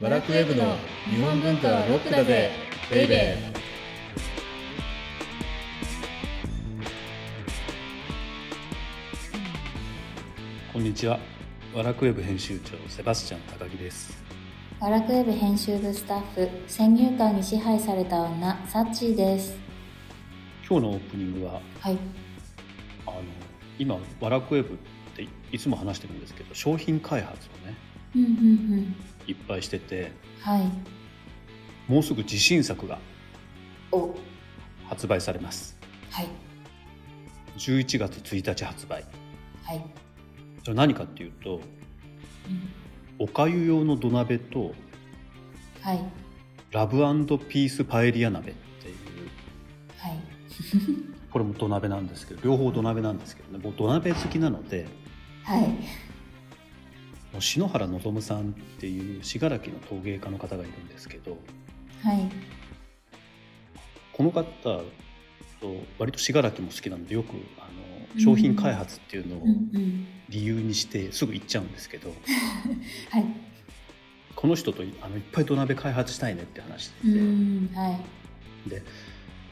バラクウェブの日本文化はロックだぜベイベーこんにちは。ワラクウェブ編集長セバスチャン高木です。ワラクウェブ編集部スタッフ先入観に支配された女サッチーです今日のオープニングははいあの今ワラクウェブっていつも話してるんですけど、商品開発をねうんうんうんいっぱいしてて、はいもうすぐ自信作がお発売されます。はい11月1日発売。はい、それ何かっていうと、うん、おかゆ用の土鍋とはいラブピースパエリア鍋っていう。はいこれも土鍋なんですけど両方土鍋なんですけどね僕土鍋好きなのではいもう篠原望さんっていう信楽の陶芸家の方がいるんですけどはいこの方と割と信楽も好きなのでよくあの商品開発っていうのをうんうん理由にしてすぐ行っちゃうんですけど、はいこの人とあのいっぱい土鍋開発したいねって話してうて、んはいで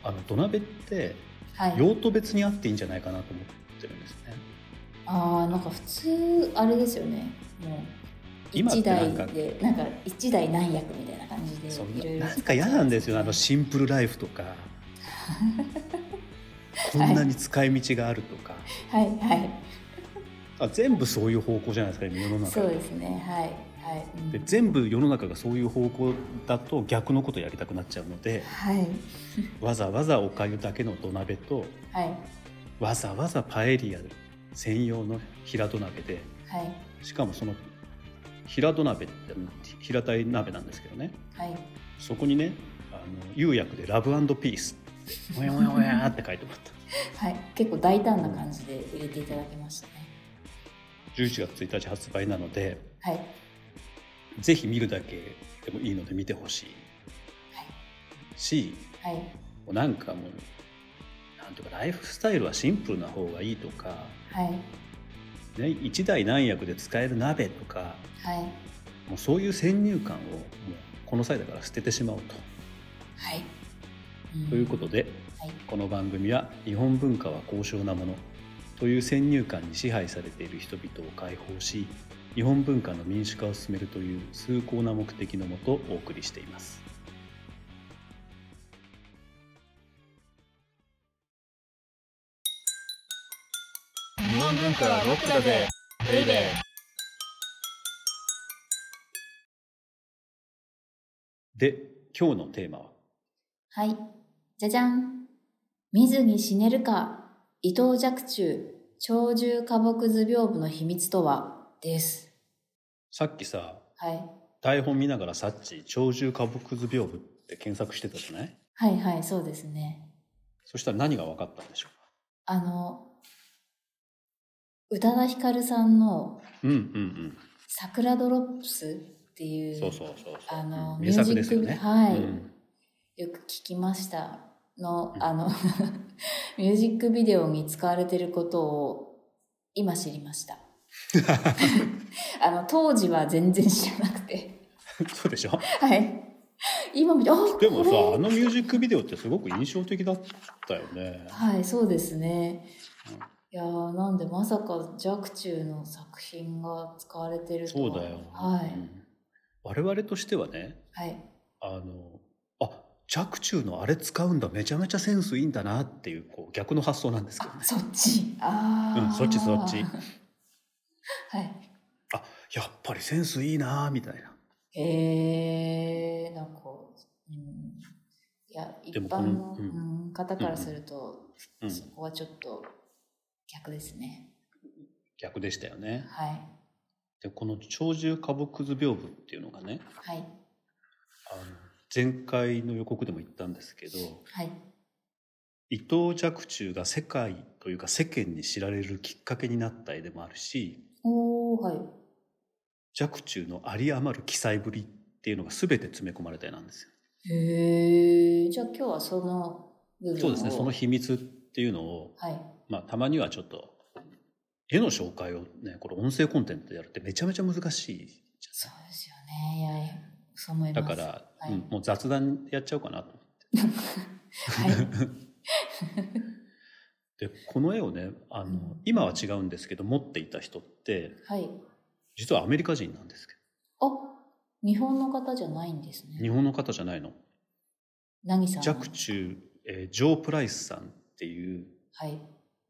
あの土鍋ってはい用途別にあっていいんじゃないかなと思ってるんですね。あーなんか普通あれですよねもう今って一台なんかでなんか一台何役みたいな感じでそんいなろいろなんか嫌なんですよあのシンプルライフと かこんなに使い道があるとか、はいはいあ全部そういう方向じゃないですか今世の中そうですねはいはい、うんで全部世の中がそういう方向だと逆のことやりたくなっちゃうのではいわざわざおかゆだけの土鍋とはいわざわざパエリア専用の平土鍋ではいしかもその平土鍋ってあの平たい鍋なんですけどねはいそこにねあの釉薬で「ラブピース」「おやおやおや」って書いてもらった。はい、結構大胆な感じで入れていただきましたね。 11月1日発売なのではい、ぜひ見るだけでもいいので見てほしいしはい、もうなんかもうなんていうかライフスタイルはシンプルな方がいいとか、はい、ね、一台何役で使える鍋とかはい、はい、もうそういう先入観をもうこの際だから捨ててしまおうと。はい。ということではい、この番組は「日本文化は高尚なもの」という先入観に支配されている人々を解放し日本文化の民主化を進めるという崇高な目的のもとお送りしています。日本文化はロックだぜベイベーで今日のテーマははい、じゃじゃん。水に死ねるか、伊藤若冲、鳥獣花木図屏風の秘密とは、です。さっきさはい、台本見ながらさっち「鳥獣歌舞図屏風」って検索してたじゃないはい、はい、そうですね。そしたら何が分かったんでしょあの、宇多田ヒカルさんのううんうん桜ドロップスってういんう、そうそうそうそうあのうん名作ですよミュねージックはいうん よく聞きましたの、うんあの ミュージックビデオに使われてることを今知りま したあの当時は全然知らなくて そうでしょはい今見てあでもさこれあのミュージックビデオってすごく印象的だったよねはいそうですねうんいやーなんでまさか若冲の作品が使われてるとそはうだよ、はい、うん我々としてはねはいあのあ着中のあれ使うんだめちゃめちゃセンスいいんだなっていうこう逆の発想なんですけどあねそっちああ、うんそっちそっちはいやっぱりセンスいいなみたいなへえなんか、うん、いや一でも般のこ、のううん方からすると、うんそこはちょっと逆ですね。逆でしたよねはいでこの鳥獣花木図屏風っていうのがねはいあの前回の予告でも言ったんですけどはい伊藤若冲が世界というか世間に知られるきっかけになった絵でもあるしおおはい若冲の有り余る記載ぶりっていうのが全て詰め込まれた絵なんですよ。へえじゃあ今日はその部分をそうですねその秘密っていうのを、はいまあ、たまにはちょっと絵の紹介をねこれ音声コンテンツでやるってめちゃめちゃ難しいじゃそうですよねそう思いまだす。かはら、いうんもう雑談やっちゃおうかなと思ってい。でこの絵をねあの、うん今は違うんですけど持っていた人ってはい。実はアメリカ人なんですけあ、日本の方じゃないんですど日ね。本の方じゃないのなぎさん。若冲、えージョー・プライスさんっていう、はい。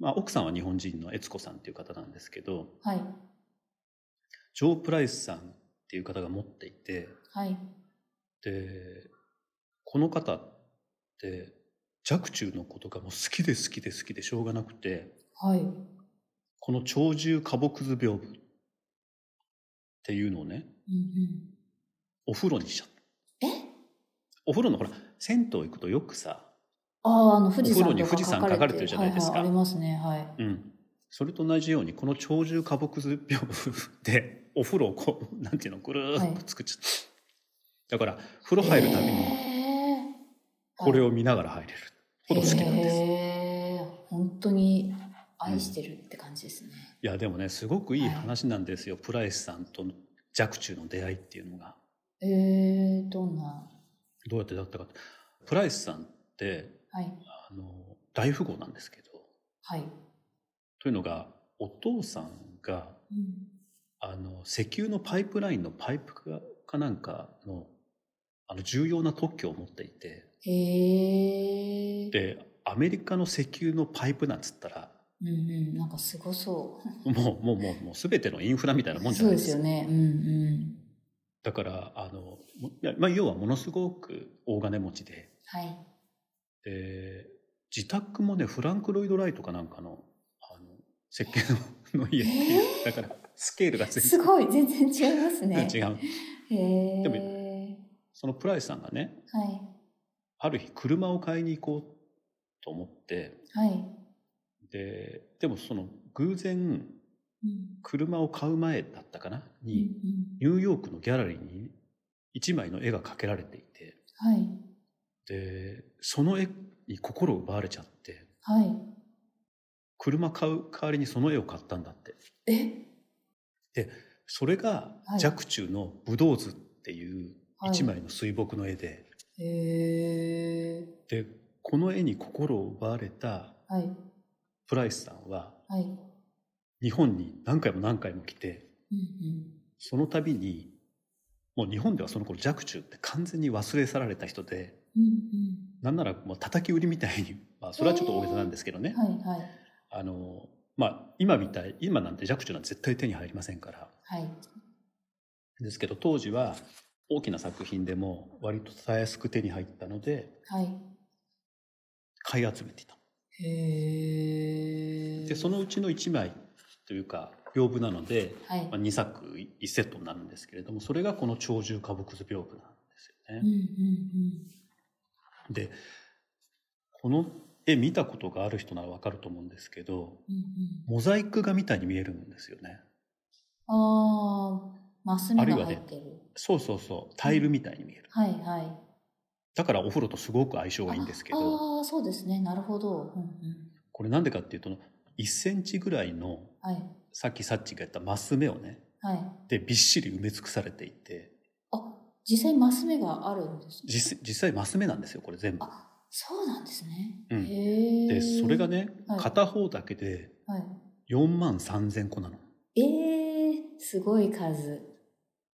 まあ、奥さんは日本人の悦子さんっていう方なんですけどはい。ジョー・プライスさんっていう方が持っていてはい。でこの方って若冲のことがもう好きで好きで好きでしょうがなくてはい。この鳥獣花木図屏風っていうのをねうんうん。お風呂にしちゃった。えお風呂のほら銭湯行くとよくさ、ああ、あの、富士山とかお風呂に富士山書かれてるじゃないですかははいありますね。はい。うん、それと同じようにこの鳥獣花木図屏風でお風呂をこうなんていうのぐるーっと作っちゃった、だから風呂入るたびにへーこれを見ながら入れるほど好きなんです、いへー本当に愛してるって感じですね。やでもねすごくいい話なんですよ、プライスさんと若冲の出会いっていうのがえー、どんな。どうやってだったかってプライスさんってはい。あの大富豪なんですけどはい。というのがお父さんがうんあの石油のパイプラインのパイプかかなんかのあの重要な特許を持っていてへえ。でアメリカの石油のパイプなんつったらうんうん、なんかすごそもうもうもうもう全てのインフラみたいなもんう。じゃそなういでですすかよね。うんうん。だからあのもいや、まあ、要はものすごく大金持ちではい。で自宅もねフランク・ロイド・ライトかなんかのあの設計のの家っていう、だからスケールが全すごい、全然違いますね。然違うへえ。でそのプライスさんがねはい。ある日車を買いに行こうと思ってはい。ででもその偶然うん車を買う前だったかなうに、んニューヨークのギャラリーに一枚の絵が描けられていてうんはい。でその絵に心を奪われちゃってはい。車買う代わりにその絵を買ったんだってえそれがはい若冲の「武道図」っていうはい一枚の水墨の絵で、へえ。でこの絵に心を奪われたはい。プライスさんははい。日本に何回も何回も来てうんうん。その度にもう日本ではその頃若冲って完全に忘れ去られた人でうんなんならもう叩き売りみたいに、まあ、それはちょっと大げさなんですけどね、うん。はいはい。あのまあ、今みたい今なんて若冲なんて絶対手に入りませんからはい。ですけど当時は大きな作品でも割とたやすく手に入ったのではい。買い集めていたへえ。でそのうちの1枚というか屏風なので、はいま。あ、2作1セットになるんですけれどもそれがこの「鳥獣花木図屏風」なんですよね。うんうんうん。でこの絵見たことがある人ならわかると思うんですけどうんうん。モザイク画みたいに見えるんですよねああ、マス目が入ってる。そうそうそうタイルみたいに見えるはいはい。だからお風呂とすごく相性がいいんですけどああー、そうですね。なるほど。うんうん。これなんでかっていうと1センチぐらいのはいさっきサッチがやったマス目をねはい。でびっしり埋め尽くされていてあ、実際マス目があるんですね。実実際マス目なんですよこれ全部あ、そうなんですね。うんへえ。でそれが。ねはい片方だけでは4万3000個なのい。ええー、すごい数。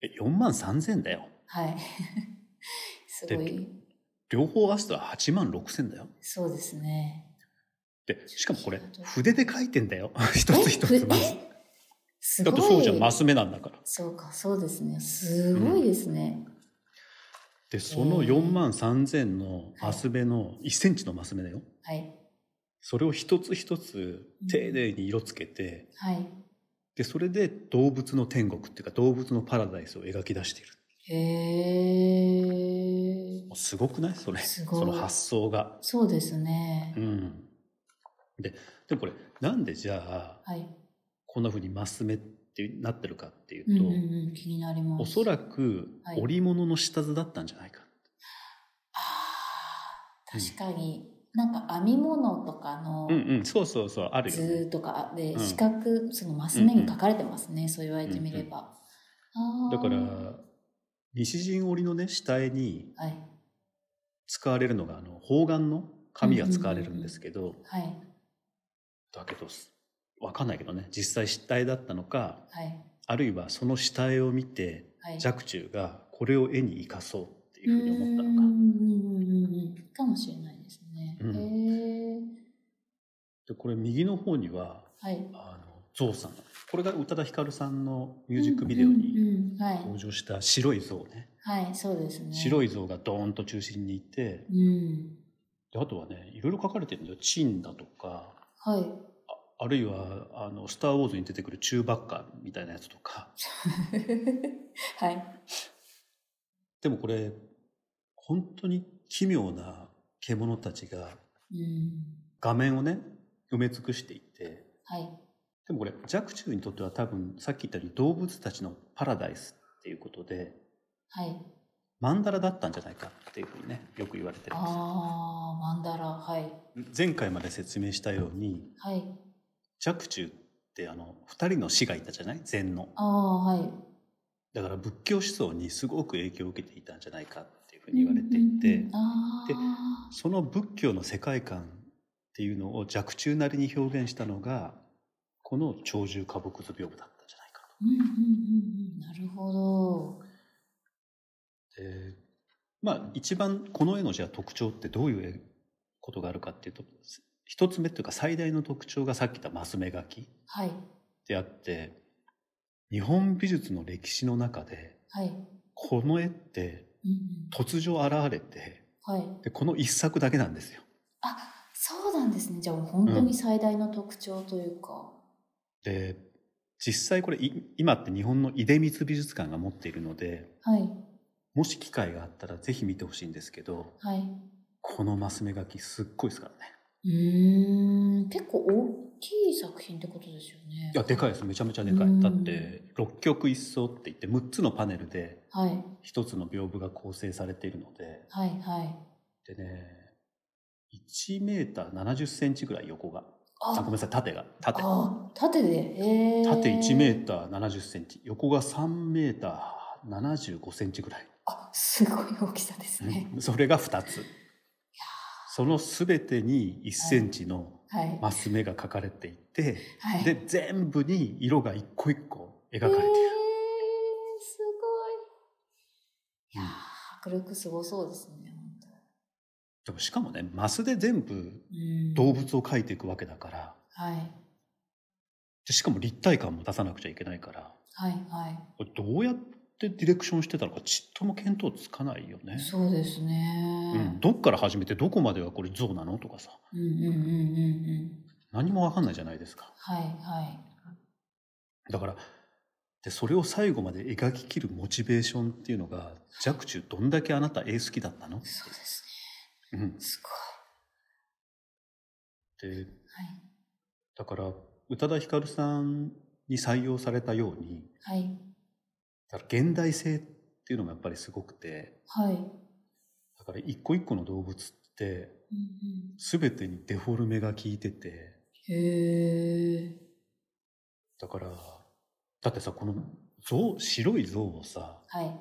え4万3000だよはい。 すごい。両方合わせたら8万6000だよそうですね。でしかもこれちょっと筆で書いてんだよ 一つ一つまえずえすだごっい。てそうじゃんマス目なんだからそうか、そうですね。すごいですね。でそのえー4万3000のマス目の1センチのマス目だよはい。それを一つ一つ丁寧に色つけてはい。でそれで動物の天国っていうか動物のパラダイスを描き出しているへえも。うすごくないそれすごいその発想がそうですねう。んででもこれなんでじゃあはい。こんなふうにマス目ってなってるかっていううんうと、んうん、気になります。おそらくはい織物の下図だったんじゃないか、あー確かに、なんか編み物とかのうんうんそうそうそうあるよね図とかでうん四角、そのマス目に書かれてますね、そう言われてみれば、あーだから西陣織のね下絵にはい。使われるのがあの方眼の紙が使われるんですけど、はい。だけどわかんないけどね実際下絵だったのかはい。あるいはその下絵を見てはい。若冲がこれを絵に生かそうっていううーんふうにうん思ったのか。うんうんうんかもしれないですね。うんへえ。でこれ右の方にははい。あの象さんこれが宇多田ヒカルさんのミュージックビデオにうんうんうんはい。登場した白い象ねはい、そうですね。白い。い象がドーンと中心にいてうん。であとはねいろいろ書かれてるんだよ「チン」だとかはい。あるいはあの「スター・ウォーズ」に出てくるチューバッカみたいなやつとかはい。でもこれ本当に奇妙な獣たちがうん。画面をね埋め尽くしていてはい。でもこれ若冲にとっては多分さっき言ったように動物たちのパラダイスっていうことではい。マンダラだったんじゃないかっていうふうにねよく言われてるんですああ、マンダラ。はい。前回まで説明したようにはい。若冲ってあの2人の師がいたじゃない禅のああ、はい。だから仏教思想にすごく影響を受けていたんじゃないかっていうふうに言われていて、うんうんうんああ。その仏教の世界観っていうのを若冲なりに表現したのがこの鳥獣花木図屏風だったんじゃないかうんうんうんうん。なるほど。と。でまあ一番この絵のじゃあ特徴ってどういうことがあるかっていうと一つ目っていうか最大の特徴がさっき言ったマス目書きはい。であって日本美術の歴史の中ではい。この絵ってうんうん。突如現れてはい。でこの一作だけなんですよ。あ、そうなんですね。じゃあ、本当に最大の特徴というか。で実際これい今って日本の出光美術館が持っているのではい。もし機会があったらぜひ見てほしいんですけどはい。このマス目書きすっごいですからねうーん。結構大きい作品ってことですよね。いやでかいですめちゃめちゃでかういんだって6曲一層って言って6つのパネルではい。 1つの屏風が構成されているのではい。はい。でね1メーター7 0センチぐらい横があごめんあ、なさい縦が縦あ縦で。えー、縦1メーター7 0センチ横が3メーター7 5センチぐらいあ、すごい大きさですね。うん それが2つその全てに1センチのはい。マス目が描かれていて、はい。で全部に色が一個一個描かれている、えーすごい。いやー、迫力すごそうですね。でもしかもねマスで全部うん。動物を描いていくわけだからはい。でしかも立体感も出さなくちゃいけないからはい。はい。これどうやってディレクションしてたのかちっとも見当つかないよね。そうですね。うん、どっから始めてどこまではこれ像なのとかさうんうんうんうんうん。何もわかんないじゃないですかはいはい。だからでそれを最後まで描ききるモチベーションっていうのが若冲どんだけあなた絵好きだったの、そうですうんね。、すごでい。だから宇多田ヒカルさんに採用されたようにはい。はい。だから現代性っていうのがやっぱりすごくてはい。だから一個一個の動物ってうん全てにデフォルメが効いててうん、へえ。だからだってさこの象白い象をさはい。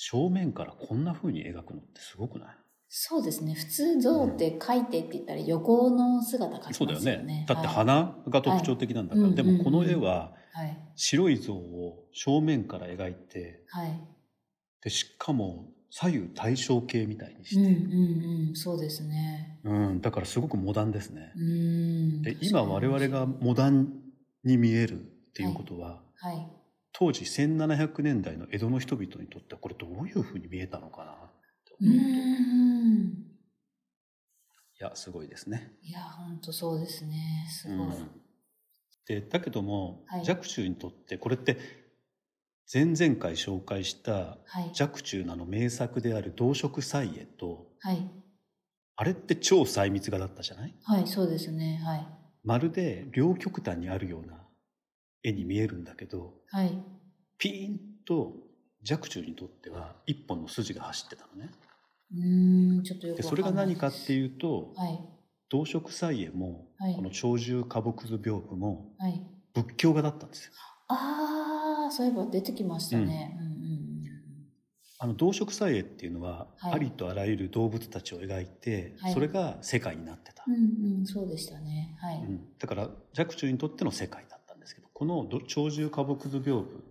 正面からこんな風に描くのってすごくないそうですね。普通像って書いてって言ったら横の姿書きますそうよだね。よね、だってはい。鼻が特徴的なんだから、はいでうんうんもうんこの絵ははい。白い像を正面から描いてはい。でしかも左右対称形みたいにうんして、うんうん。そうですね。うんだからすごくモダンですねう、ん。で今我々がモダンに見えるっていうことは、はい。当時1700年代の江戸の人々にとってはこれどういうふうに見えたのかなうん。いやすごいですね、いや、本当そうですね。すうごい。んでだけども、はい若冲にとってこれって前々回紹介したはい。若冲なの名作である「動植祭絵」とはい。あれって超細密画だったじゃないはい、そうですね。はい。まるで両極端にあるような絵に見えるんだけどはい。ピーンと若冲にとっては一本の筋が走ってたのねうーん、ちょっとよくでわそれがんない何かっていうとはい。動植祭絵もはいこの鳥獣花木図屏風もはい。仏教画だったんですよああ、そういえば出てきましたね。うんうんうん。あの動植祭絵っていうのは、はいありとあらゆる動物たちを描いて、はいそれが世界になってた、うんうん、そうでしたね。はうい。んだから若冲にとっての世界だったんですけどこのど鳥獣花木図屏風っ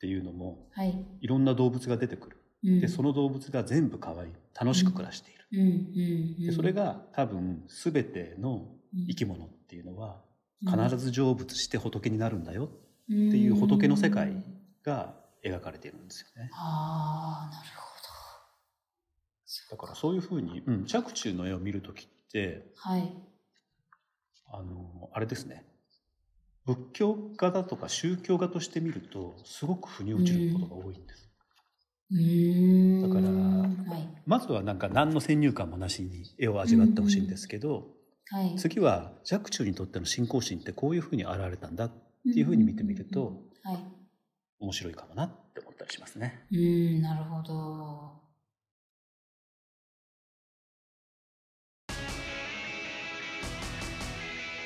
ていうのもはい。いろんな動物が出てくるうん、でその動物が全部可愛い楽しく暮らしている、うんうんうん、でそれが多分全ての生き物っていうのは必ず成仏して仏になるんだよてていう仏の世界が描かれているんですよねああ、なるほだど。からそういうふうに、うん、若冲の絵を見る時ってはい。あのあれですね仏教画だとか宗教画として見るとすごく腑に落ちることが多いんです、うーん。だからはい。まずはなんか何の先入観もなしに絵を味わってほしいんですけど、はい。次は若冲にとっての信仰心ってこういうふうに現れたんだっていうふうに見てみるとうんうんうん。はい。面白いかもなって思ったりしますね。うーん、なるほど。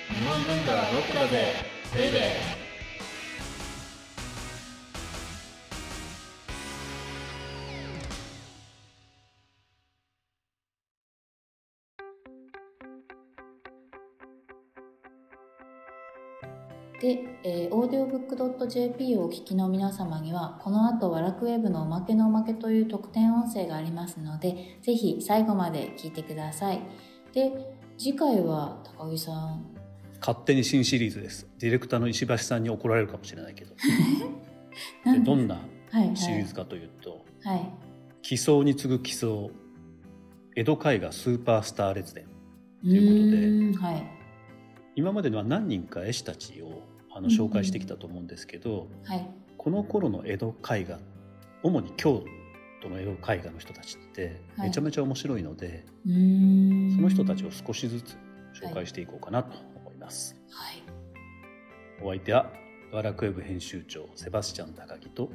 日本文化はロックだぜベイベーで、えー、audiobook.jp をお聞きの皆様には、この後、ワラクウェブのおまけのおまけという特典音声がありますので、ぜひ最後まで聞いてください。で、次回は高木さん、勝手に新シリーズですディレクターの石橋さんに怒られるかもしれないけどで何どんなはいはい、シリーズかというと、はい。奇想に次ぐ奇想江戸絵画スーパースター列伝ということで、はい。今までのは何人か絵師たちをあのうんうん紹介してきたと思うんですけど、はい。この頃の江戸絵画主に京都の江戸絵画の人たちってはいめちゃめちゃ面白いので、うーんその人たちを少しずつ紹介していこうかなと思います。はい。お相手はワラクウェブ編集長セバスチャン高木と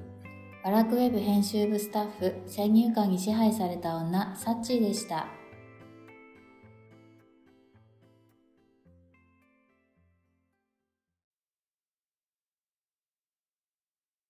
バラクウェブ編集部スタッフ、先入観に支配された女、サッチーでした。